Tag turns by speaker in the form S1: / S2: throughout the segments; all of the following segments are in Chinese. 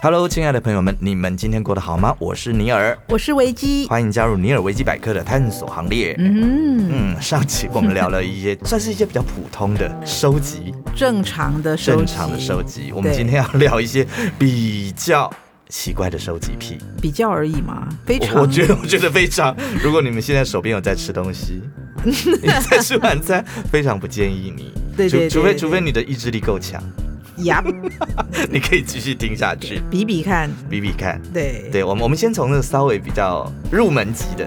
S1: Hello，亲爱的朋友们，你们今天过得好吗？我是尼尔，
S2: 我是维基。
S1: 欢迎加入尼尔维基百科的探索行列。
S2: 嗯，
S1: 嗯，上期我们聊了一些，算是一些比较普通的收集，
S2: 正常的收集，
S1: 正常的收集。我们
S2: 对
S1: 今天要聊一些比较奇怪的收集癖。
S2: 比较而已嘛，非常。
S1: 我我觉得我觉得非常，如果你们现在手边有在吃东西， 你在吃晚餐，非常不建议你。
S2: 对对对
S1: 除除非
S2: 对
S1: 除非你的意志力够强，
S2: 呀，
S1: 你可以继续听下去，
S2: 比 比看，
S1: 比比看。
S2: 对
S1: 对，我们我们先从那个稍微比较入门级的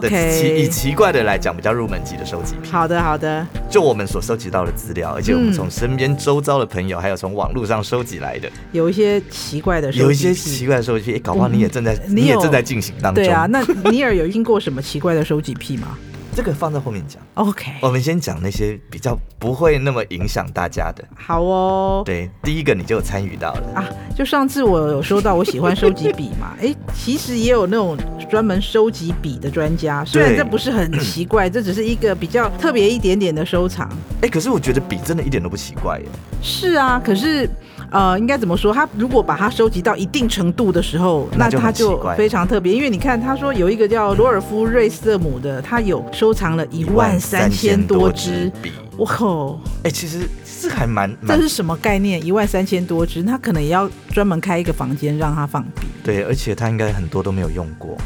S1: 的奇以
S2: ，OK，
S1: 奇怪的来讲，比较入门级的收集癖，
S2: 好的好的，
S1: 就我们所收集到的资料，而且我们
S2: 嗯
S1: 从身边周遭的朋友，还有从网络上收集来的，
S2: 有一些奇怪的收集癖，
S1: 有一些奇怪的收集癖，诶搞不好你也正在、
S2: 你
S1: 你也
S2: 有
S1: 正在进行当中。
S2: 对啊，，那尼尔有遇过什么奇怪的收集癖 吗
S1: 这个放在后面讲。
S2: ？OK，
S1: 我们先讲那些比较不会那么影响大家的。
S2: 好哦。
S1: 对，第一个你就参与到了，
S2: 啊，就上次我有说到我喜欢收集笔嘛，哎，其实也有那种专门收集笔的专家，虽然
S1: 对
S2: 这不是很奇怪，这只是一个比较特别一点点的收藏。
S1: 哎、可是我觉得笔真的一点都不奇怪耶。
S2: 是啊，可是呃，应该怎么说？他如果把它收集到一定程度的时候，
S1: 那
S2: 那
S1: 就很
S2: 他
S1: 奇
S2: 就
S1: 怪
S2: 非常特别，因为你看，他说有一个叫罗尔夫·瑞瑟姆的，他有收藏了一万三千多只。
S1: 笔，
S2: 哇靠！
S1: 哎、其实这还蛮
S2: 这
S1: 蛮
S2: 是什么概念？一万三千多只，他可能也要专门开一个房间让他放笔。
S1: 对，而且他应该很多都没有用过，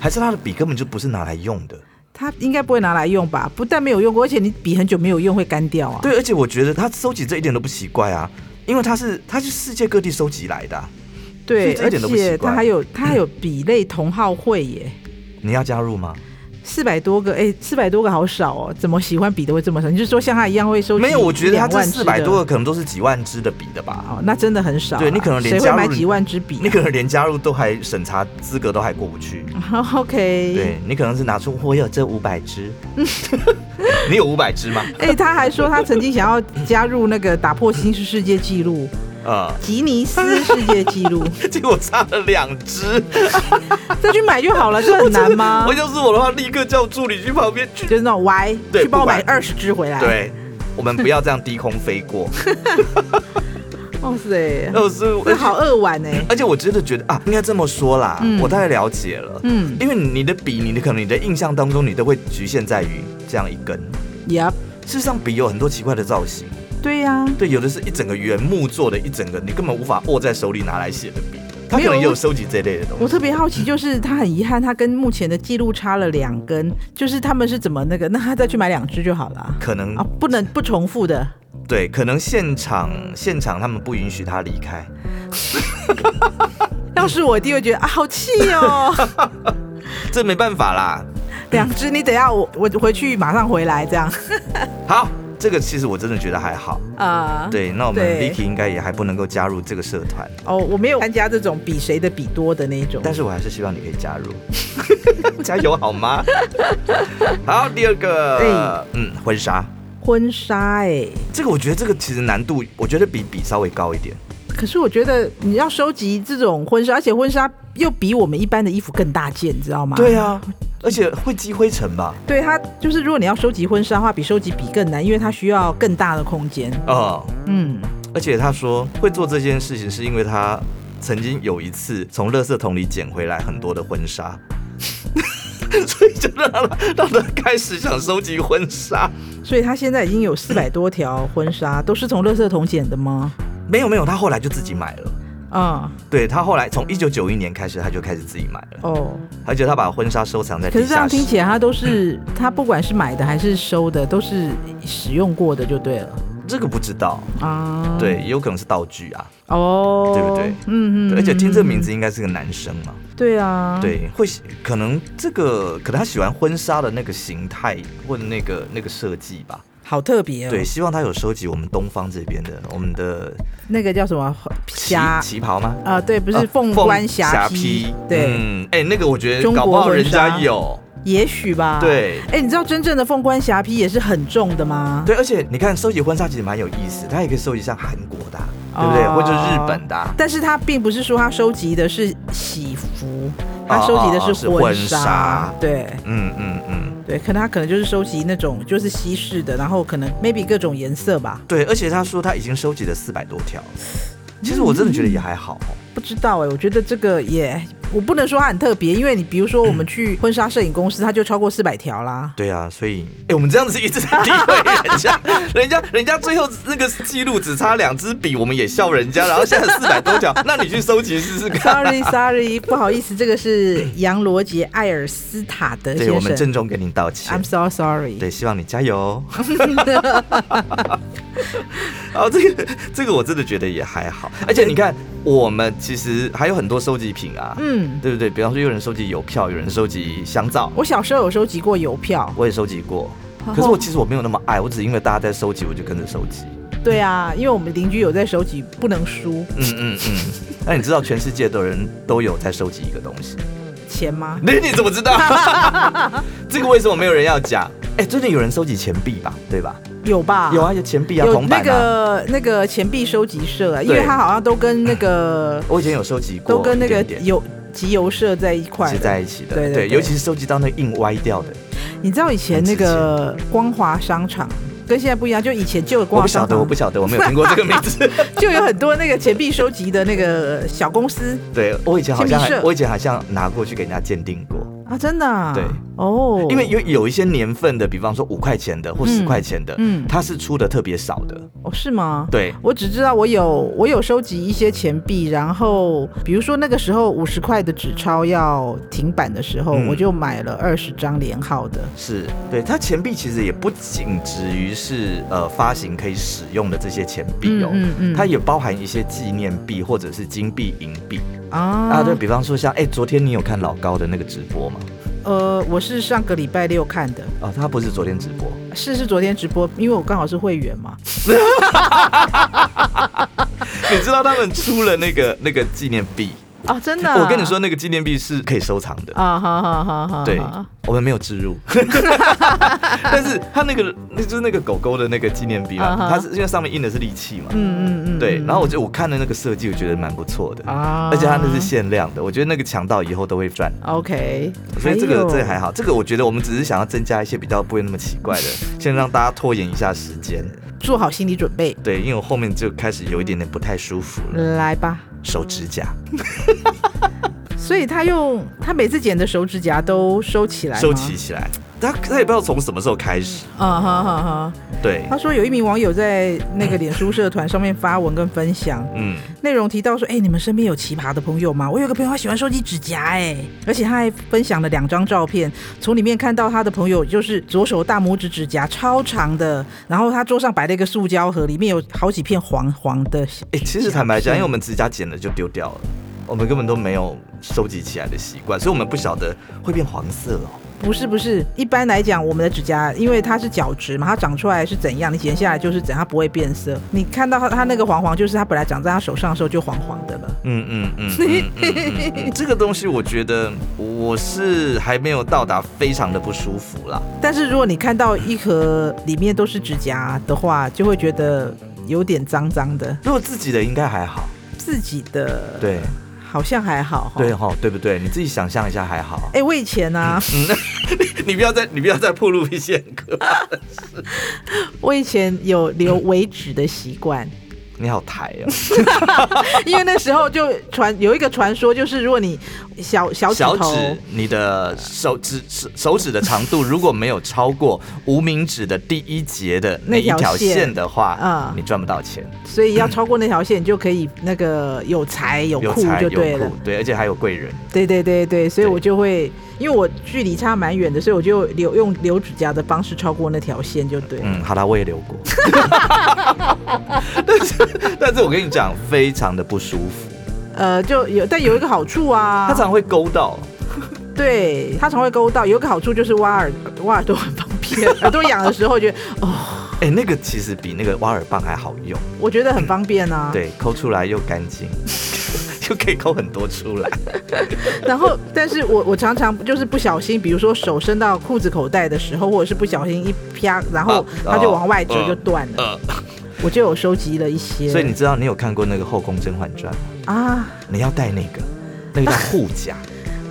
S1: 还是他的笔根本就不是拿来用的。
S2: 他应该不会拿来用吧？不但没有用过，而且你笔很久没有用会干掉啊。
S1: 对，而且我觉得他收集这一点都不奇怪啊，因为他是他是世界各地收集来的啊、所以
S2: 对，
S1: 这一
S2: 而
S1: 点都不奇
S2: 且
S1: 怪
S2: 他还有他还有笔类同好会耶。
S1: 你要加入吗？
S2: 四百多个，哎、四百多个好少哦，怎么喜欢笔的会这么少？你是说像他一样会收集
S1: 没有，我觉得他
S2: 两
S1: 这
S2: 万支
S1: 四百
S2: 的
S1: 多个可能都是几万支的笔的吧，
S2: 哦，那真的很少啦。
S1: 对你可能连
S2: 谁会
S1: 加入
S2: 买
S1: 你
S2: 几万支啊 笔、
S1: 你可能连加入都还审查资格都还过不去。
S2: 嗯 OK，
S1: 对你可能是拿出我有这五百支， 你有五百支吗？
S2: 哎、他还说他曾经想要加入那个打破新世界纪录，
S1: 呃，
S2: 吉尼斯世界纪 录，
S1: 结果差了两支，
S2: 再去买就好了，这很难吗
S1: 我？要是我的话，立刻叫助理去旁边去。
S2: 就是那种 Y
S1: 对
S2: 去帮我
S1: 不管
S2: 买二十支回来。，
S1: 对，我们不要这样低空飞 过。
S2: 哇塞，
S1: 那我是
S2: 这好扼腕哎。
S1: 而且我真的觉得啊，应该这么说啦，
S2: 嗯
S1: 我大概了解了。
S2: 嗯
S1: 因为你的笔，你的可能你的印象当中，你都会局限在于这样一根。
S2: ，Yep，
S1: 事实上，笔有很多奇怪的造型，
S2: 对呀、
S1: 对，有的是一整个原木做的，一整个你根本无法握在手里拿来写的笔。他可能也有收集这类的东西
S2: 我。特别好奇，就是他很遗憾，他跟目前的记录差了两根，就是他们是怎么那个？那他再去买两只就好了啊
S1: 可能
S2: 啊，不能不重复的。
S1: 对，可能现场现场他们不允许他离开。
S2: 要是我一定会觉得啊，好气 哦，
S1: 这没办法啦。
S2: 两只你等一下我我回去马上回来这样
S1: 好，这个其实我真的觉得还好。
S2: 啊。
S1: 对，那我们
S2: 对
S1: Vicky 应该也还不能够加入这个社团，
S2: 哦，我没有参加这种比谁的比多的那一种。
S1: 但是我还是希望你可以加入， 加油好吗？好，第二
S2: 哎
S1: 个，嗯，婚纱，
S2: 婚纱哎、
S1: 这个我觉得这个其实难度，我觉得比比稍微高一点。
S2: 可是我觉得你要收集这种婚纱，而且婚纱又比我们一般的衣服更大件，你知道吗？
S1: 对啊，而且会积灰尘吧？
S2: 对它就是，如果你要收集婚纱的话，比收集笔更难，因为它需要更大的空间。
S1: 哦，
S2: 嗯，
S1: 而且他说会做这件事情是因为他曾经有一次从垃圾桶里捡回来很多的婚纱， 所以就让他让他开始想收集婚纱。
S2: 所以他现在已经有四百多条婚纱，都是从垃圾桶捡的吗？
S1: 没有没有，他后来就自己买了。
S2: 嗯，
S1: 对他后来从一九九一年开始，他就开始自己买了，
S2: 哦，
S1: 而且他把婚纱收藏在
S2: 可
S1: 地
S2: 是这
S1: 下
S2: 样听
S1: 室。
S2: 起来，他都是他不管是买的还是收的，都是使用过的就对了
S1: 这个不知道，
S2: 啊。，
S1: 对，也有可能是道具啊。
S2: 哦，
S1: 对不对？
S2: 嗯
S1: 对
S2: 嗯，
S1: 而且听这个名
S2: 字，
S1: 字应该是个男生嘛，
S2: 对啊，，
S1: 对，会喜可能这个可能他喜欢婚纱的那个形态或者那个那个设计吧。
S2: 好特别哦。
S1: 对，，希望他有收集我们东方这边的我们的
S2: 那个叫什么
S1: 旗
S2: 霞？
S1: 旗袍吗？
S2: 啊，对， 不是
S1: 呃
S2: 凤冠霞
S1: 披
S2: 帔，对，
S1: 嗯，哎、那个我觉得
S2: 中
S1: 搞不
S2: 国
S1: 好
S2: 婚
S1: 人家
S2: 纱
S1: 有，
S2: 也许吧。，
S1: 对。
S2: 哎，你知道真正的凤冠霞帔也是很重的吗？
S1: 对，而且你看，收集婚纱其实蛮有意思，它也可以收集像韩国的啊、对不对？
S2: 哦
S1: 或者日本的啊、
S2: 但是他并不是说他收集的是喜服，他收集的
S1: 哦哦哦是
S2: 是
S1: 婚
S2: 婚
S1: 纱
S2: 纱。对
S1: 嗯嗯嗯，
S2: 对，可能他可能就是收集那种就是西式的，然后可能 maybe 各种颜色吧。
S1: 对。而且他说他已经收集了四百多条，其实我真的觉得也还好哦、
S2: 不知道哎、我觉得这个也，我不能说它很特别，因为你比如说我们去婚纱摄影公司，它就超过四百条啦。
S1: 对啊，所以哎、我们这样子一直在诋毁人 家，人家人家最后那个记录只差两支笔，我们也笑人家，然后现在四百多条，那你去收集试试看。
S2: Sorry Sorry，不 好意思，这个是杨罗杰·艾尔斯塔 德
S1: 对，我
S2: 先
S1: 们郑
S2: 生。
S1: 重给你道歉
S2: I'm。so sorry。
S1: 对，希望你加 油。然后哦这个这个我真的觉得也还好，而且你看，我们其实还有很多收集品啊，
S2: 嗯，
S1: 对不对？比方说，有人收集邮票，有人收集香皂，
S2: 我小时候有收集过邮票。
S1: 我也收集过。
S2: 然后
S1: 可是我其实我没有那么爱，我只是因为大家在收集，我就跟着收集。
S2: 对啊，因为我们邻居有在收集，不能输
S1: 嗯嗯 嗯。那你知道全世界的人都有在收集一个东西，
S2: 钱吗？
S1: 那你怎么知 道？这个为什么没有人要讲？哎，最近有人收集钱币吧，对吧？
S2: 有吧？
S1: 有啊，有钱币啊，
S2: 有
S1: 铜
S2: 那
S1: 板啊。
S2: 个那个钱币收集社、啊，因为
S1: 对
S2: 它好像都跟那 个
S1: 我以前有收集过，
S2: 都跟那个
S1: 一点点
S2: 邮集邮社在一块
S1: 是
S2: 的。
S1: 在一起的，
S2: 对对对
S1: 尤其是收集到那个印歪掉的，
S2: 你知道以前那个光华商场跟现在不一样，就以前旧的
S1: 我
S2: 光
S1: 不
S2: 华
S1: 晓
S2: 商
S1: 得，我
S2: 场
S1: 不晓得，我没有听过这个名字。
S2: 就有很多那个钱币收集的那个小公司
S1: 对我以前好像
S2: 铅笔
S1: 还，
S2: 社
S1: 我以前好像拿过去给人家鉴定过，
S2: 啊，真的、啊、
S1: 对
S2: 哦，
S1: 因为有有一些年份的，比方说五块钱的或十块钱的，
S2: 嗯
S1: 它是出的特别少的，
S2: 哦是吗？
S1: 对。
S2: 我只知道我有我有收集一些钱币，然后比如说那个时候五十块的纸钞要停版的时候，
S1: 嗯
S2: 我就买了二十张连号的。
S1: 是对它钱币其实也不仅止于是呃发行可以使用的这些钱币哦，
S2: 嗯嗯嗯
S1: 它也包含一些纪念币或者是金币、银币
S2: 啊
S1: 啊。对，比方说像哎、昨天你有看老高的那个直播吗？
S2: 呃，我是上个礼拜六看的，
S1: 啊，他不是昨天直播，
S2: 是是昨天直播，因为我刚好是会员嘛。
S1: 你知道他们出了那个那个纪念币，
S2: 啊，真的啊、
S1: 我跟你说，那个纪念币是可以收藏的。
S2: 啊，好好好好，
S1: 对
S2: 好，
S1: 我们没有植 入， 但是它那个那就是那个狗狗的那个纪念币
S2: 啊
S1: 嘛，
S2: 哈
S1: 它是因为上面印的是力气嘛，
S2: 嗯嗯嗯，
S1: 对。
S2: 嗯
S1: 然后我就我看了那个设计，我觉得蛮不错的，
S2: 啊，
S1: 而且它那是限量的，我觉得那个抢到以后都会赚，
S2: OK，
S1: 所以这
S2: 还
S1: 个
S2: 有
S1: 这个还好，这个我觉得我们只是想要增加一些比较不会那么奇怪的，先让大家拖延一下时间，
S2: 做好心理准备，
S1: 对，因为我后面就开始有一点点不太舒服了，
S2: 来吧。
S1: 手指甲
S2: 所以他用他每次剪的手指甲都收起来，
S1: 收齐。起来，他他也不知道从什么时候开始，
S2: 啊哈哈哈！
S1: 对，
S2: 他说有一名网友在那个脸书社团上面发文跟分享，
S1: 嗯。
S2: 内容提到说，哎、你们身边有奇葩的朋友吗？我有个朋友他喜欢收集指甲、哎，而且他还分享了两张照片，从里面看到他的朋友就是左手大拇指指甲超长的，然后他桌上摆了一个塑胶盒，里面有好几片黄黄的小。
S1: 哎、其实坦白讲，因为我们指甲剪了就丢掉了，我们根本都没有收集起来的习惯，所以我们不晓得会变黄色哦。
S2: 不是不是，一般来讲，我们的指甲因为它是角质嘛，它长出来是怎样，你剪下来就是怎样，它不会变色。你看到它它那个黄黄，就是它本来长在它手上的时候就黄黄的了。
S1: 嗯嗯嗯嗯嗯嗯嗯，这个东西我觉得我是还没有到达非常的不舒服啦。
S2: 但是如果你看到一盒里面都是指甲的话，就会觉得有点脏脏的。
S1: 如果自己的应该还好，哦
S2: 自己的
S1: 对
S2: 好像还好哈。
S1: 对哈，对不对？你自己想象一下还好。
S2: 哎，我以前啊，
S1: 你不要再你不要再暴露一些很可怕。
S2: 我以前有留尾指的习惯，
S1: 你好抬 哦，
S2: 因为那时候就传有一个传说，就是如果你小小指
S1: 小
S2: 头
S1: 指，你的手指手手指的长度如果没有超过无名指的第一节的那一
S2: 那条
S1: 条
S2: 线
S1: 线的话，
S2: 嗯
S1: 你赚不到钱。
S2: 所以要超过那条线，你就可以那个有财有
S1: 有
S2: 库
S1: 才
S2: 就
S1: 有
S2: 对了
S1: 库。，对，而且还有贵人，
S2: 对对对对，所以
S1: 对
S2: 我就会，因为我距离差蛮远的，所以我就留用留指甲的方式超过那条线就对了。
S1: 嗯，好啦，我也留过， 但是但是我跟你讲，非常的不舒服，
S2: 呃，就有但有一个好处啊，
S1: 它常会勾到，
S2: 对它常会勾到，有一个好处就是挖耳挖耳朵很方 便，耳朵痒的时候觉得哦，
S1: 哎、那个其实比那个挖耳棒还好用，
S2: 我觉得很方便啊。，
S1: 嗯对，抠出来又干净， 又可以抠很多出 来，
S2: 然后但是我我常常就是不小心，比如说手伸到裤子口袋的时候，或者是不小心一啪，然后
S1: 啊
S2: 它就
S1: 哦
S2: 往外折
S1: 嗯
S2: 就断了，
S1: 呃，
S2: 我就有收集了一些。
S1: 所以你知道你有看过那个《后宫甄嬛传》吗？
S2: 啊，
S1: 你要戴那个，那个叫护甲，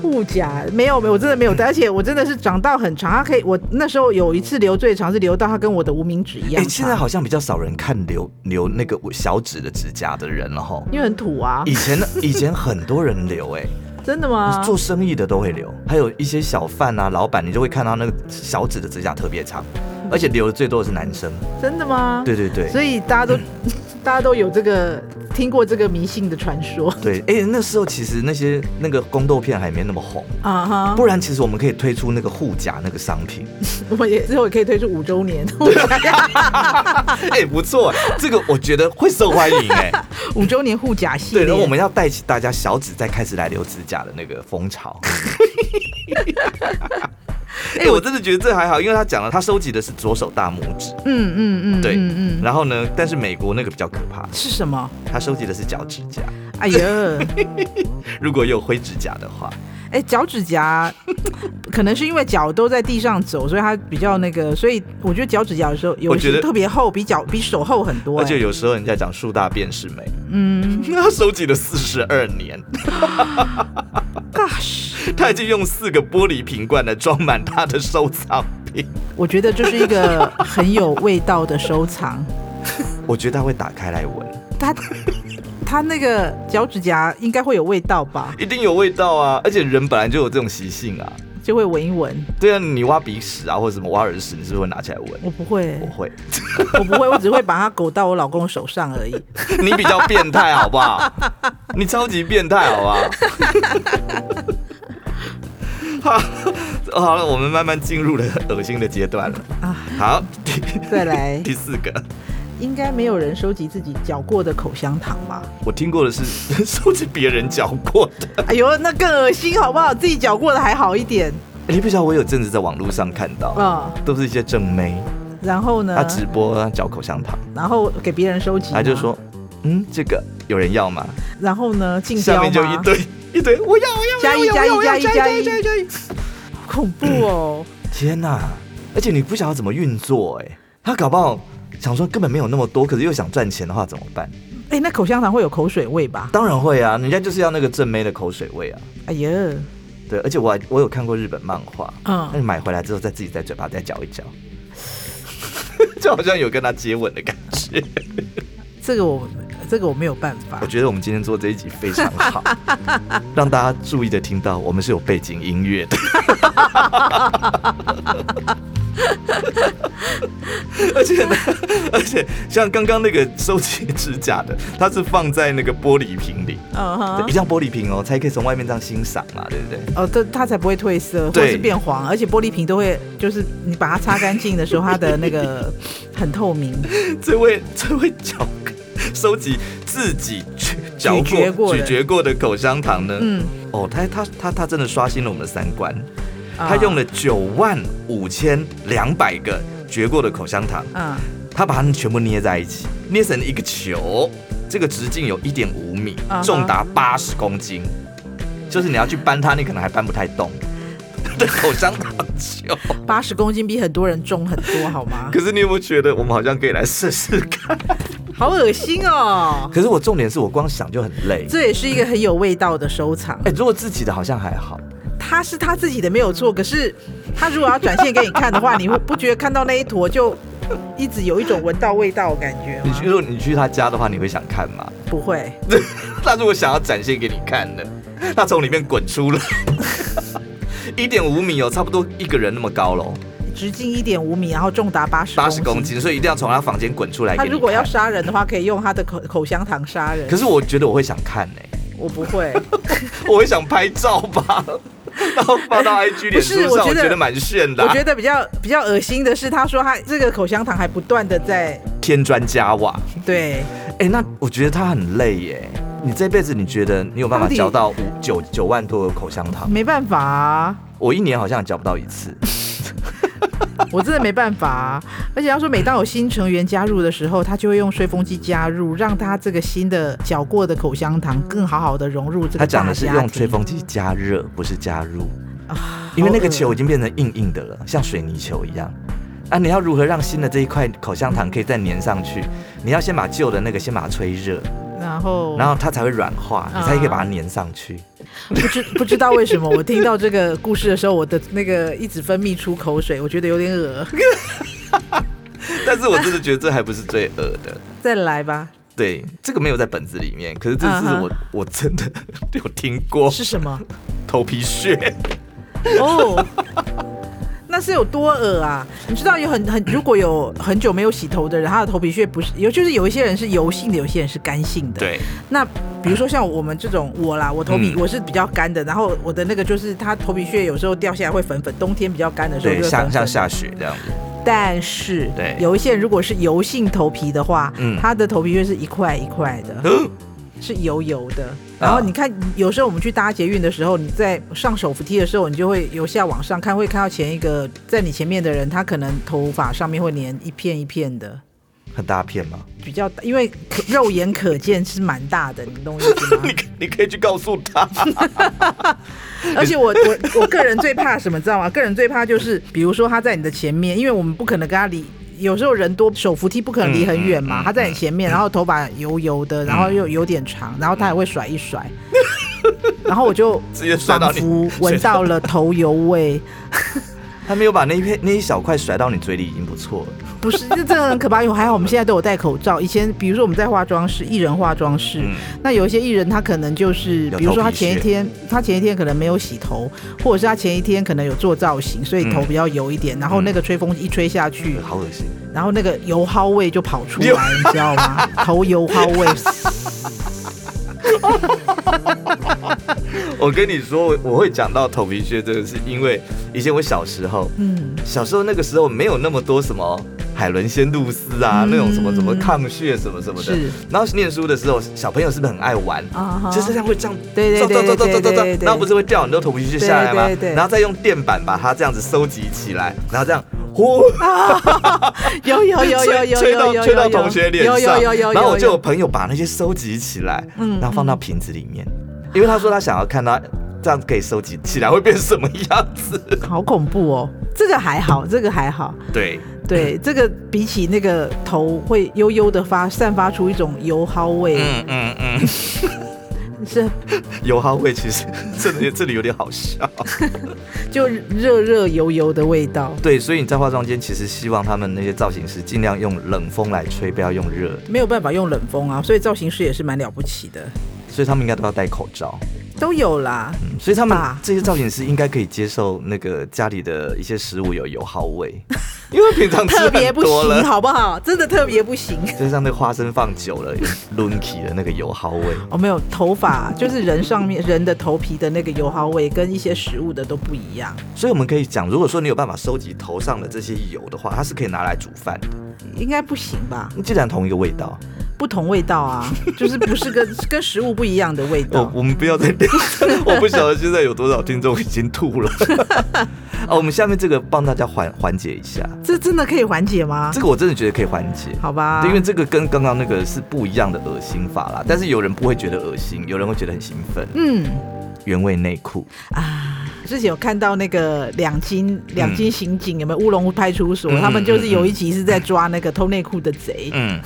S2: 护甲没有没有，我真的没有戴，而且我真的是长到很长，它可以，我那时候有一次留最长是留到它跟我的无名指一
S1: 哎、
S2: 样
S1: 现在
S2: 长，
S1: 好像比较少人看留留那个小指的指甲的人了哈。
S2: 因为很土啊，
S1: 以前以前很多人留哎、
S2: 真的吗？
S1: 做生意的都会留，还有一些小贩啊、老板，你就会看到那个小指的指甲特别长，而且留的最多的是男生。
S2: 真的吗？
S1: 对对对。
S2: 嗯所以大家都 大家都有这个听过这个迷信的 传说
S1: 对，哎、那时候其实那些那个宫斗片还没那么红，
S2: 啊哈，
S1: 不然其实我们可以推出那个护甲那个商品，
S2: 我们也之后也可以推出五周年，
S1: 哎、不错，这个我觉得会受欢迎 哎、
S2: 五周年护甲系
S1: 对，
S2: 列。
S1: 然后我们要带起大家小指再开始来留指甲的那个风潮。 哎、我真的觉得这还好，因为他讲了，他收集的是左手大拇指，
S2: 嗯嗯嗯，
S1: 对，
S2: 嗯嗯，
S1: 然后呢，但是美国那个比较可怕，
S2: 是什么？
S1: 他收集的是脚趾甲，
S2: 哎呀，
S1: 如果有灰指甲的话，
S2: 哎，脚趾甲 可能是因为脚都在地上走，所以它比较那个，所以我觉得脚趾甲有时候有
S1: 我觉得
S2: 些特别厚，比脚比手厚很多、
S1: 而且
S2: 哎，
S1: 有时候人家讲树大便是美，
S2: 嗯
S1: 他收集了四十二年，
S2: ，gosh，
S1: 他已经用四个玻璃瓶罐来装满他的收藏品。
S2: 我觉得这是一个很有味道的收藏。
S1: 我觉得他会打开来闻，
S2: 它 它那个脚趾甲应该会有味道吧，
S1: 一定有味道啊！而且人本来就有这种习性啊。
S2: 就会闻一闻。
S1: 对啊，你挖鼻屎啊，或者什么挖耳屎，你是不是会拿起来闻？
S2: 我不会
S1: 我，会，
S2: 我不会，我只会把它狗到我老公手上而已。
S1: 你比较变态，好不好？你超级变态，好不好？好，好了，我们慢慢进入了恶心的阶段了。
S2: 啊
S1: 好，第
S2: 再来，
S1: 第四个，
S2: 应该没有人收集自己嚼过的口香糖吧？
S1: 我听过的是收集别人嚼过的。
S2: 哎呦，那更恶心好不好？自己嚼过的还好一点。
S1: 你不晓得，我有阵子在网络上看到，
S2: 嗯，
S1: 都是一些正妹，
S2: 然后呢
S1: 她？直播她嚼口香糖，
S2: 然后给别人收集，
S1: 她就，说，嗯，这个有人要吗？
S2: 然后呢？竞
S1: 下
S2: 标
S1: 面就一
S2: 吗？
S1: 堆一堆，我要我要
S2: 加一
S1: 我要
S2: 加一
S1: 我要我要
S2: 加一
S1: 加一加一！
S2: 恐怖 哦！
S1: 天哪、而且你不晓得怎么运作哎、他搞不好想说根本没有那么多，可是又想赚钱的话怎么办？
S2: 哎，那口香糖会有口水味吧？
S1: 当然会啊，人家就是要那个正妹的口水味啊。
S2: 哎呀，
S1: 对，而且我还我有看过日本漫画，那
S2: 嗯，
S1: 你买回来之后再自己在嘴巴再嚼一嚼， 就好像有跟他接吻的感觉。
S2: 这个我这个我没有办法
S1: 我。觉得我们今天做这一集非常好，让大家注意的听到我们是有背景音乐的，而且呢，而且像刚刚那个收集指甲的，它是放在那个玻璃瓶里，
S2: 嗯
S1: 对
S2: 哼
S1: 一。样玻璃瓶哦，才可以从外面这样欣赏嘛，对不对？
S2: 哦，它它才不会褪色，或者
S1: 对
S2: 是变黄，而且玻璃瓶都会，就是你把它擦干净的时候，它的那 个很透明。
S1: 这位这位嚼收集自己咀嚼
S2: 咀嚼
S1: 过
S2: 过的
S1: 咀嚼过的口香糖呢，
S2: 嗯，
S1: 哦，他他他他真的刷新了我们的三观。
S2: 啊
S1: 他用了九万五千两百个嚼过的口香糖，
S2: 嗯，
S1: 他把它们全部捏在一起，捏成一个球，这个直径有一点五米
S2: 啊哈，
S1: 重达八十公斤，就是你要去搬它，你可能还搬不太动。 的口香糖球，
S2: 八十公斤比很多人重很多，好吗？
S1: 可是你有没有觉得我们好像可以来试试看？
S2: 好恶心哦！
S1: 可是我重点是我光想就很累。
S2: 这也是一个很有味道的收藏。
S1: 哎、如果自己的好像还好，
S2: 它是他自己的没有错，可是他如果要展现给你看的话，你会不觉得看到那一坨就一直有一种闻到味道的感觉
S1: 你
S2: 吗
S1: 去？如果你去他家的话，你会想看吗？
S2: 不会，
S1: 他如果想要展现给你看的，他从里面滚出来， 一点五米哦，差不多一个人那么高喽，
S2: 直径一点五米，然后重达八十
S1: 八十公。斤，所以一定要从他房间滚出来给
S2: 他
S1: 你看。
S2: 如果要杀人的话，可以用他的口口香糖杀人
S1: 可。是我觉得我会想看 呢、
S2: 我不 会。
S1: 我会想拍照吧， 然后发到 IG
S2: 不
S1: 脸
S2: 是
S1: 书
S2: 我
S1: 上，
S2: 觉
S1: 我
S2: 得
S1: 觉得蛮炫的、啊
S2: 我觉得比较比较恶心的是，他说他这个口香糖还不断的在
S1: 添砖加瓦。
S2: 对，
S1: 哎、那我觉得他很累耶。你这辈子你觉得你有办法
S2: 到底
S1: 嚼到五九九万多个口香糖？
S2: 没办法、啊，
S1: 我一年好像也嚼不到一次。
S2: 我真的没办法、啊。而且他说，每当有新成员加入的时候，他就会用吹风机加入，让他这个新的嚼过的口香糖更好好的融入这
S1: 他
S2: 个
S1: 讲
S2: 大
S1: 的
S2: 家
S1: 是
S2: 庭。
S1: 用吹风机加热，不是加入。
S2: 啊
S1: 因为那个
S2: 好
S1: 球
S2: 恶
S1: 已经变成硬硬的了，像水泥球一样。啊，你要如何让新的这一块口香糖可以再粘上去？你要先把旧的那个先把它吹热，
S2: 哦然 后
S1: 然后它才会软化，
S2: 啊
S1: 你才可以把它粘上去。
S2: 不知不知道为什么，我听到这个故事的时候，我的那个一直分泌出口水，我觉得有点恶。
S1: 但是我真的觉得这还不是最恶 的，
S2: 再来吧，
S1: 对，这个没有在本子里面，可是这
S2: 嗯
S1: 是
S2: 哼
S1: 我、我真的 有听过
S2: 是什么？
S1: 头皮屑，
S2: 哦， 那是有多恶啊！你知道有很很，如果有很久没有洗头的人，他的头皮屑不是有，就是有一些人是油性的，有些人是干性的。。
S1: 对，
S2: 那比如说像我们这种我啦，我头皮、
S1: 嗯
S2: 我是比较干的，然后我的那个就是它头皮屑有时候掉下来会粉粉，冬天比较干的时候就
S1: 对，
S2: 会
S1: 像
S2: 粉
S1: 像
S2: 粉。
S1: 下雪这样子，
S2: 但是
S1: 对
S2: 有一些人如果是油性头皮的话，
S1: 嗯
S2: 他的头皮屑是一块一块的。是油油的。然后你看，有时候我们去搭捷运的时候，你在上手扶梯的时候，你就会由下往上看，会看到前一个在你前面的人，他可能头发上面会粘一片一片的，
S1: 很大片吗？
S2: 比较大，因为可肉眼可见是蛮大的，你懂我意思吗
S1: 你？可你可以去告诉他，
S2: 而且我我我个人最怕什么，知道吗？个人最怕就是，比如说他在你的前面，因为我们不可能跟他离。有时候人多，手扶梯不可能离很远
S1: 嗯嗯
S2: 嘛，
S1: 嗯
S2: 他在你前面，然后头发油油的，然后又有点长，然后他也会甩 一甩，然后我就
S1: 直接摔到
S2: 仿
S1: 你
S2: 佛闻到了头油味，
S1: 他没有把那一片那一小块甩到你嘴里已经不错了。
S2: 不是，这真的很可怕。因为还好我们现在都有戴口罩。以前比如说我们在化妆室，艺人化妆室，
S1: 嗯
S2: 那有一些艺人他可能就是，
S1: 有
S2: 比如说
S1: 嗯
S2: 他
S1: 头皮屑
S2: 前一天他前一天可能没有洗头，或者是他前一天可能有做造型，所以
S1: 嗯
S2: 头比较油一点，然后那个吹风一吹下去，
S1: 好恶心，
S2: 然后那个油蒿味就跑出来，
S1: 油
S2: 你知道吗？头油蒿味。
S1: 我跟你说，我我会讲到头皮屑这个，是因为以前我小时候，
S2: 嗯，
S1: 小时候那个时候没有那么多什么海伦仙露丝啊，
S2: 嗯
S1: 那种什么什么抗血什么什么的
S2: 是。
S1: 然后念书的时候，小朋友是不是很爱玩？
S2: 啊哈
S1: 就是这样会这样，
S2: 对对对
S1: 撞撞撞撞
S2: 对对
S1: 撞撞
S2: 对对
S1: 然后不是会掉很多头皮屑下来吗
S2: 对对？对
S1: 然后再用垫板把它这样子收集起来，然后这样呼。
S2: 有有有有有有
S1: 吹到
S2: 有有
S1: 吹到同学脸上，
S2: 有有有有有，
S1: 然后我就有
S2: 有
S1: 朋友把那些收集起来，
S2: 嗯
S1: 然后放到瓶子里面，因为他说他想要看他这样可以收集起来会变什么样子。
S2: 好恐怖哦。这个还好，这个还好。
S1: 对，
S2: 对，这个比起那个头会悠悠的发散发出一种油蒿味，
S1: 嗯嗯嗯，
S2: 是
S1: 油耗味其实 这里这里有点好笑。
S2: 就热热油油的味道。
S1: 对，所以你在化妆间其实希望他们那些造型师尽量用冷风来吹，不要用热的，
S2: 没有办法用冷风啊，所以造型师也是蛮了不起的，
S1: 所以他们应该都要戴口罩。
S2: 都有啦。
S1: 嗯所以他们
S2: 吧
S1: 这些造型师应该可以接受那个家里的一些食物有油耗味，因为平常吃
S2: 特别
S1: 很
S2: 不
S1: 多了
S2: 行，。好不好？真的特别不行。
S1: 就像那个花生放久了，有 lunky 的那个油耗味。
S2: 哦，没有头发，就是人上面人的头皮的那个油耗味，跟一些食物的都不一样。
S1: 所以我们可以讲，如果说你有办法收集头上的这些油的话，它是可以拿来煮饭的。
S2: 应该不行吧？
S1: 既然同一个味道，
S2: 不同味道啊，就是不是跟 跟食物不一样的味
S1: 我、
S2: 道。
S1: 我们不要再聊，我不晓得现在有多少听众已经吐了。哦，我们下面这个帮大家缓缓解一下，
S2: 这真的可以缓解吗
S1: 这？个我真的觉得可以缓解。
S2: 好吧，
S1: 对因为这个跟刚刚那个是不一样的恶心法啦，但是有人不会觉得恶心，有人会觉得很兴奋。
S2: 嗯。
S1: 原味内裤，
S2: 啊，之前有看到那个两金两
S1: 嗯
S2: 金刑警有没有乌龙派出所？他们就是有一集是在抓那个偷内裤的贼，
S1: 嗯，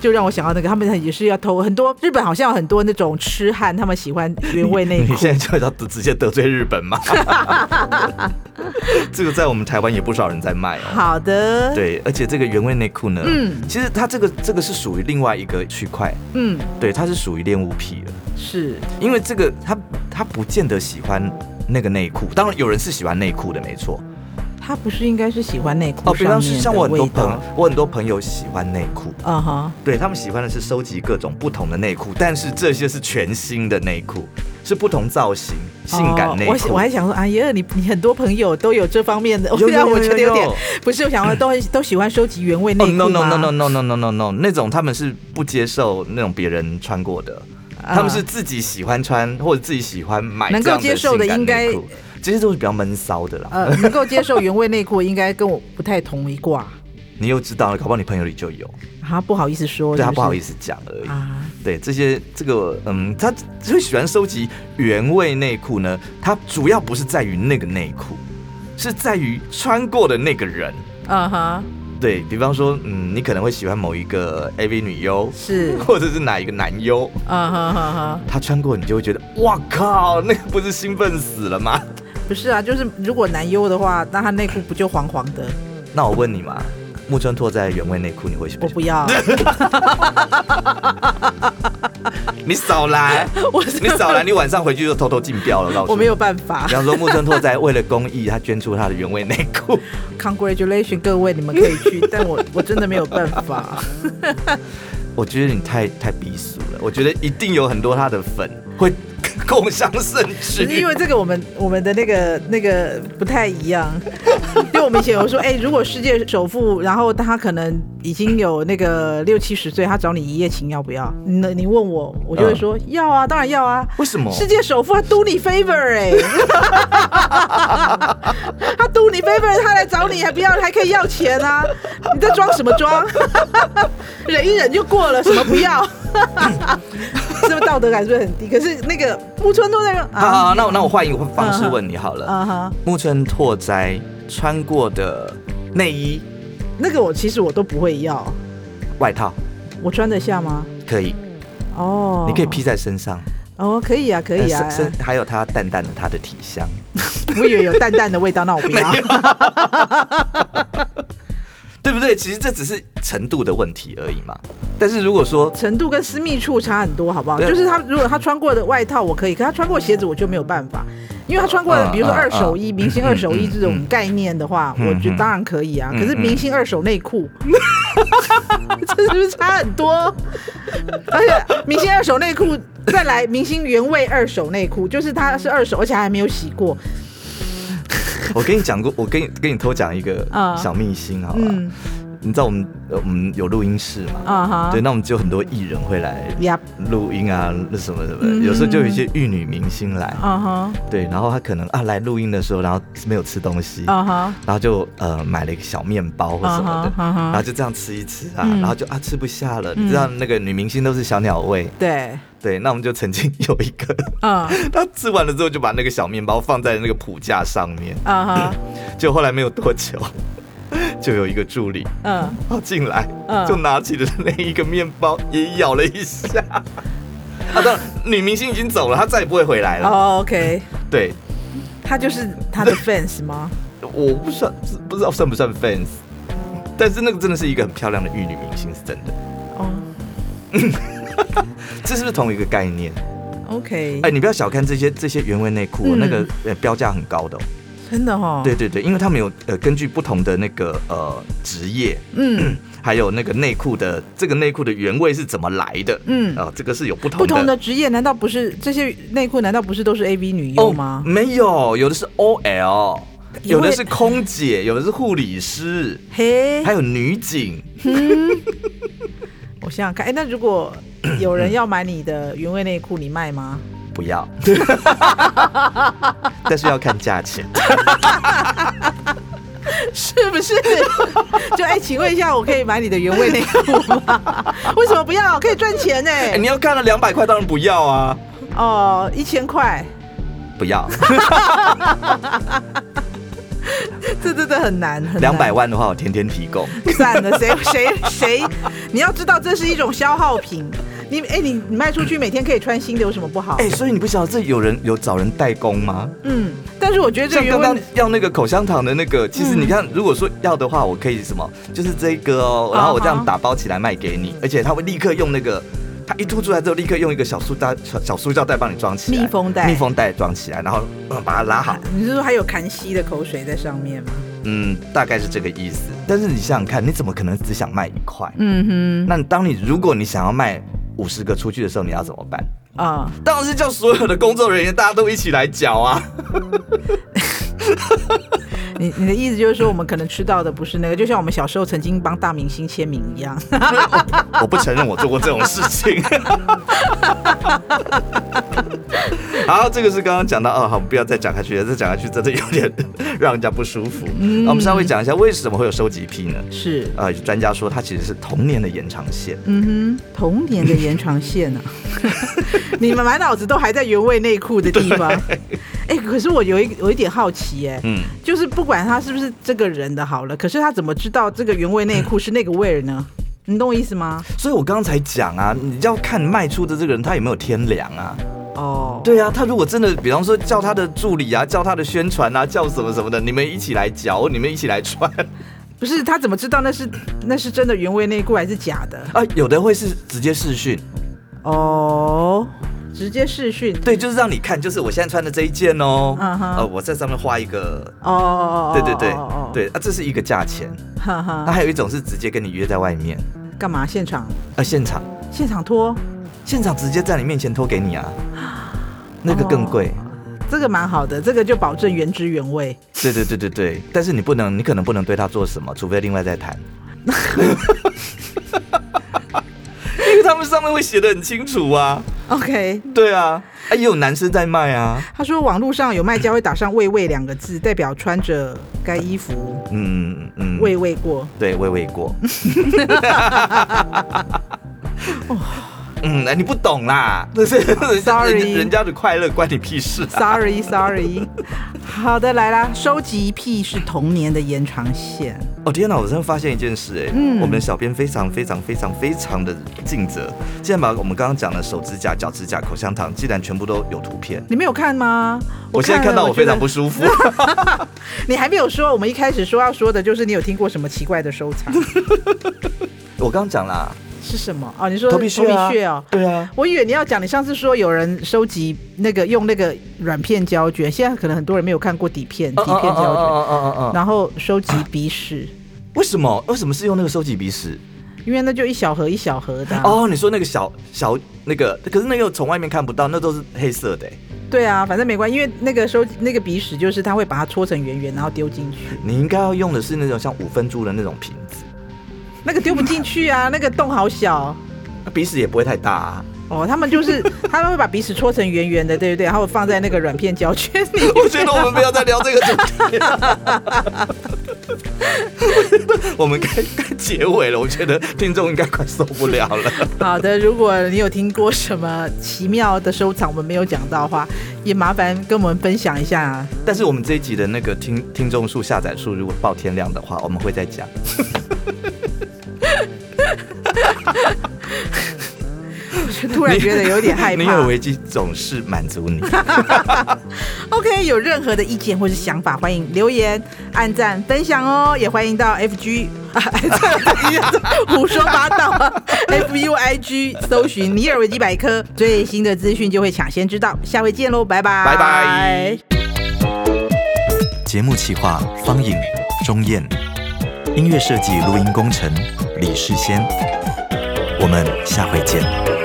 S2: 就让我想到那个他们也是要偷很多日本好像有很多那种痴汉，他们喜欢原味内
S1: 你
S2: 裤。
S1: 现在就要直接得罪日本 吗？这个在我们台湾也不少人在卖 哦。
S2: 好的，，
S1: 对，而且这个原味内裤呢，
S2: 嗯
S1: 其实它这个这个是属于另外一个区块，
S2: 嗯，
S1: 对，它是属于恋物癖的，
S2: 是
S1: 因为这个他他不见得喜欢那个内裤，当然有人是喜欢内裤的，没错。
S2: 他不是应该是喜欢内裤
S1: 哦，比
S2: 上
S1: 方是
S2: 面的
S1: 像我很多
S2: 味
S1: 朋
S2: 道
S1: 友？，我很多朋友喜欢内裤，
S2: 啊哈，
S1: 对他们喜欢的是收集各种不同的内裤，但是这些是全新的内裤，是不同造型、 性感内
S2: 哦我想
S1: 裤。
S2: 我还想说，哎呀，你你很多朋友都有这方面的，
S1: 有有有
S2: 我觉得有
S1: 有
S2: 点
S1: 有
S2: 不是，我想说都很都喜欢收集原味内
S1: 哦、
S2: 裤
S1: no no
S2: 吗
S1: no no no no no no no，那种他们是不接受那种别人穿过的，
S2: 啊
S1: 他们是自己喜欢穿或者自己喜欢买
S2: 能够
S1: 这样
S2: 接受的
S1: 性感
S2: 应该
S1: 内裤这些都是比较闷骚的啦。
S2: 呃，能够接受原味内裤，应该跟我不太同一挂。
S1: 你又知道了，搞不好你朋友里就有，
S2: 啊，不好意思说，
S1: 对他
S2: 是
S1: 不好意
S2: 思
S1: 思讲而已。
S2: 啊，
S1: 对这些这个嗯，他最喜欢收集原味内裤呢，它主要不是在于那个内裤，是在于穿过的那个人。
S2: 嗯哼，
S1: 对比方说，嗯，你可能会喜欢某一个 AV 女优，
S2: 是，
S1: 或者是哪一个男优，
S2: 啊哈哈哈，
S1: 他穿过你就会觉得，哇靠，那个不是兴奋死了吗？
S2: 不是啊，就是如果男优的话，那他内裤不就黄黄的？
S1: 那我问你嘛，木村拓哉的原味内裤你会喜不
S2: 我
S1: 喜
S2: 不要，
S1: 欢？你少 来，
S2: 我是
S1: 你少来，你晚上回去就偷偷竞标了，告诉
S2: 我
S1: 你
S2: 没有。办法
S1: 比。方说木村拓哉为了公益，他捐出他的原味内裤。
S2: Congratulation，各位，你们可以去，但我我真的没有办法。
S1: 我觉得你太太鄙俗了，我觉得一定有很多他的粉会 共襄盛
S2: 只是因
S1: 举。
S2: 为这个，我们我们的那个那个不太一样。因为我们以前有说，哎、如果世界首富，然后他可能已经有那个六七十岁，他找你一夜情，要不要？你你问我，我就会说、要啊，当然要啊。
S1: 为什么？
S2: 世界首富他 do 你 favor 哎、 他 do 你 favor，他来找你还不要，还可以要钱啊？你在装什么装？忍一忍就过了，什么不要？ 是不是道德感是不是很低？可是那个木村都在那
S1: 好好，
S2: 啊
S1: 好那我那我换一个方式问你好了。
S2: 啊哈，
S1: 木村拓哉穿过的内衣、
S2: 那个我其实我都不会要，
S1: 外套
S2: 我穿得下吗？
S1: 可以，
S2: 哦，
S1: 你可以披在身上。
S2: 哦，可以啊，可以啊
S1: 呃，身身还有它淡淡的它的体香。
S2: 我以为有淡淡的味道，那 我不要。
S1: 对不对？其实这只是程度的问题而已嘛。但是如果 说
S2: 程度跟私密处差很多，好不好？
S1: 对
S2: 就是他如果他穿过的外套我可以，可他穿过鞋子我就没有办法，因为他穿过的
S1: 嗯
S2: 比如说
S1: 嗯
S2: 二手衣、明星二手衣
S1: 嗯
S2: 这种概念的话，
S1: 嗯
S2: 我觉得当然可以啊。
S1: 嗯
S2: 可是明星二手内裤， 这是不是差很多？而且明星二手内裤再来明星原味二手内裤，就是它是二手，而且还没有洗过，
S1: 我跟你讲过，我跟你跟你偷讲一个
S2: 啊
S1: 小秘辛好了，
S2: 嗯
S1: 你知道我们呃我们有录音室嘛？
S2: 啊哈
S1: 对，，那我们就有很多艺人会来
S2: 呀
S1: 录音啊，那什么什么，
S2: 嗯
S1: 有时候就有一些玉女明星来，
S2: 啊哈
S1: 对，然后她可能啊来录音的时候，然后没有吃东西，
S2: 啊哈
S1: 然后就呃买了一个小面包或什么
S2: 啊
S1: 的，
S2: 哈
S1: 然
S2: 啊
S1: 后
S2: 哈，
S1: 就这样吃一吃啊，
S2: 嗯
S1: 然后就啊吃不下了，你知道那个女明星都是小鸟胃，
S2: 对，
S1: 对，那我们就曾经有一个，
S2: 嗯
S1: 她吃完了之后就把那个小面包放在那个谱架上面，
S2: 啊哈，
S1: 就后来没有多久， 就有一个助理
S2: 嗯。
S1: 跑进来，
S2: 嗯
S1: 就拿起了那一个面包也咬了一下。 啊，当然，女明星已经走了，她再也不会回来了。
S2: 哦、o k
S1: 对，
S2: 他就是他 的 fans 吗？
S1: 我不算不知道算不算 fans，但是那个真的是一个很漂亮的玉女明星，是真的。
S2: 哦、
S1: 这是不是同一个概念？
S2: o k
S1: 哎、你不要小看这些这些原味内裤哦、
S2: 嗯
S1: 那个呃标价很高的、哦。
S2: 真的哦。
S1: 对，对对，因为他们有呃根据不同的那个呃职业，
S2: 嗯，
S1: 还有那个内裤的这个内裤的原味是怎么来的？
S2: 嗯
S1: 啊、这个是有不同
S2: 不同的职业难道不是这些内裤？难道不是都是 AV 女优吗？
S1: 哦没有，有的是 OL，
S2: 也
S1: 有
S2: 会
S1: 的是空姐，有的是护理师，
S2: 嘿、
S1: 还有女警。
S2: 我想想看，哎、那如 果有人要买你的原味内裤，你卖吗？
S1: 不要，但是要看价钱。
S2: 是不是？ 就哎、请问一下，我可以买你的原味内裤 吗？为什么不要？可以赚钱呢、
S1: 哎、你要看了两百块，当然不要啊，
S2: 哦，一千块，
S1: 不要。
S2: 这真的很难，很难
S1: 两百万的话，我天天提供。
S2: 算了，谁 谁谁，你要知道这是一种消耗品。你哎、你你卖出去每天可以穿新的，有什么不好？
S1: 哎、所以你不晓得这有人有找人代工吗？
S2: 嗯，但是我觉得这
S1: 像
S2: 原
S1: 刚刚
S2: 味
S1: 要那个口香糖的那个，其实
S2: 嗯
S1: 你看，如果说要的话，我可以什么，就是这个
S2: 啊
S1: 哦，然后我这样打包起来卖给你，而且他会立刻用那个，他一吐出来之后，立刻用一个小塑袋、小小塑胶袋帮你装起来，
S2: 密封袋
S1: 密封袋装起来，然后嗯把它拉 好，
S2: 你是说还有痰吸的口水在上面吗？
S1: 嗯，大概是这个意思。但是你想想看，你怎么可能只想卖一块？
S2: 嗯
S1: 那当你如果你想要卖五十个出去的时候，你要怎么办？
S2: 哼，啊、
S1: 当然是叫所有的工作人员大家都一起来缴啊。
S2: 你你的意思就是说我们可能吃到的不是那个，就像我们小时候曾经帮大明星签名一样。
S1: 我不承认我做过这种事情。好，这个是刚刚讲到哦，好，不要再讲下去了，再讲下去真的有点让人家不舒服。那我们稍微讲一下为什么会有收集癖呢？
S2: 是，
S1: 呃，专家说它其实是童年的延长线。
S2: 嗯哼，童年 的延长线啊，你们满脑子都还在原味内裤的地方。哎、哎、可是我有一有一点好奇、哎，
S1: 嗯，
S2: 就是不管他是不是这个人的好了，可是他怎么知道这个原味内裤是那个味儿呢？你懂我意思吗？
S1: 所以我刚才讲啊，你要看卖出的这个人他有没有天良啊。
S2: 哦，
S1: 对啊，他如果真的，比方说叫他的助理啊，叫他的宣传啊，叫什么什么的，你们一起来嚼，你们一起来穿
S2: 不是他怎么知道那是那是真的原味内裤还是假的？
S1: 啊。有的会是直接试训，
S2: 哦，直接视讯。
S1: 对，就是让你看，就是我现在穿的这一件哦，
S2: 嗯哼
S1: 呃，我在上面画一个，
S2: 哦哦哦，
S1: 对对对、
S2: 哦哦，
S1: 对啊，这是一个价钱。
S2: 哦哈
S1: 那、
S2: 哈，
S1: 还有一种是直接跟你约在外面，
S2: 干嘛现场
S1: 呃，现场，
S2: 现场脱？
S1: 现场直接在你面前脱给你 啊，那个更贵。
S2: 这个蛮好的，这个就保证原汁原味。
S1: 对对对对对，但是你不能，你可能不能对他做什么，除非另外再谈。 因为他们上面会写的很清楚啊，
S2: OK，
S1: 对啊，啊也有男生在卖啊，
S2: 他说网络上有卖家会打上“味味”两个字，代表穿着该衣服
S1: 嗯嗯，
S2: 味味 过。
S1: 对味味过，嗯，哎你不懂啦，这是人家
S2: Sorry
S1: 人人家的快乐关你屁事啊，
S2: Sorry Sorry，好 的来啦，收集癖是童年的延长线。
S1: 哦天哪！我真的发现一件事、哎、
S2: 嗯
S1: 我们的小编非常非常非常非常的尽责，竟然把我们刚刚讲的手指甲、脚指甲、口香糖，竟然全部都有图片。
S2: 你没有看吗？
S1: 我现在看
S2: 了
S1: 到我
S2: 觉
S1: 非
S2: 得
S1: 常不舒服。
S2: 你还没有说，我们一开始说要说的就是你有听过什么奇怪的 收藏
S1: 我刚刚讲啦，
S2: 是什么？哦，你说
S1: 头皮屑啊
S2: 哦。
S1: 对啊，
S2: 我以为你要讲，你上次说有人收集那个用那个软片胶卷，现在可能很多人没有看过底片
S1: 哦
S2: 底片胶卷，
S1: 胶卷。
S2: 然后收集鼻屎，
S1: 为什么？为什么是用那个收集鼻屎？
S2: 因为那就一小盒一小盒的、哦，
S1: 哦，你说那个小小那个，可是那个从外面看不到，那都是黑色的、哎
S2: 对啊，反正没关系，因为那个收集那个鼻屎就是他会把它搓成圆圆，然后丢进去，
S1: 你应该要用的是那种像五分珠的那种瓶子，
S2: 那个丢不进去 啊，那个洞好小。
S1: 那鼻屎也不会太大、啊。
S2: 哦，他们就是 他们会把鼻屎搓成圆圆的，对不对？然后放在那个软片胶圈 里。
S1: 我觉得我们不要再聊这个主题了。我觉得 我们该该结尾了，我觉得听众应该快受不了 了。
S2: 好的，如果你有听过什么奇妙的收藏我们没有讲到的话，也麻烦跟我们分享一下、啊。
S1: 但是我们这一集的那个听听众数、下载数，如果爆天量的话，我们会再讲。
S2: 突然觉得有点 害
S1: 你有
S2: 怕。
S1: 危机总是满足你。
S2: OK，有任何的意见或是想法，欢迎留言、按赞、分享哦，也欢迎到 FG 啊， 胡说八道啊，FUIG 搜寻尼尔维基百科，最新的资讯就会抢先知道。下回见喽，拜拜，
S1: 拜拜。节目企划：方颖、钟燕，音乐设计、录音工程：李世先。我们下回见。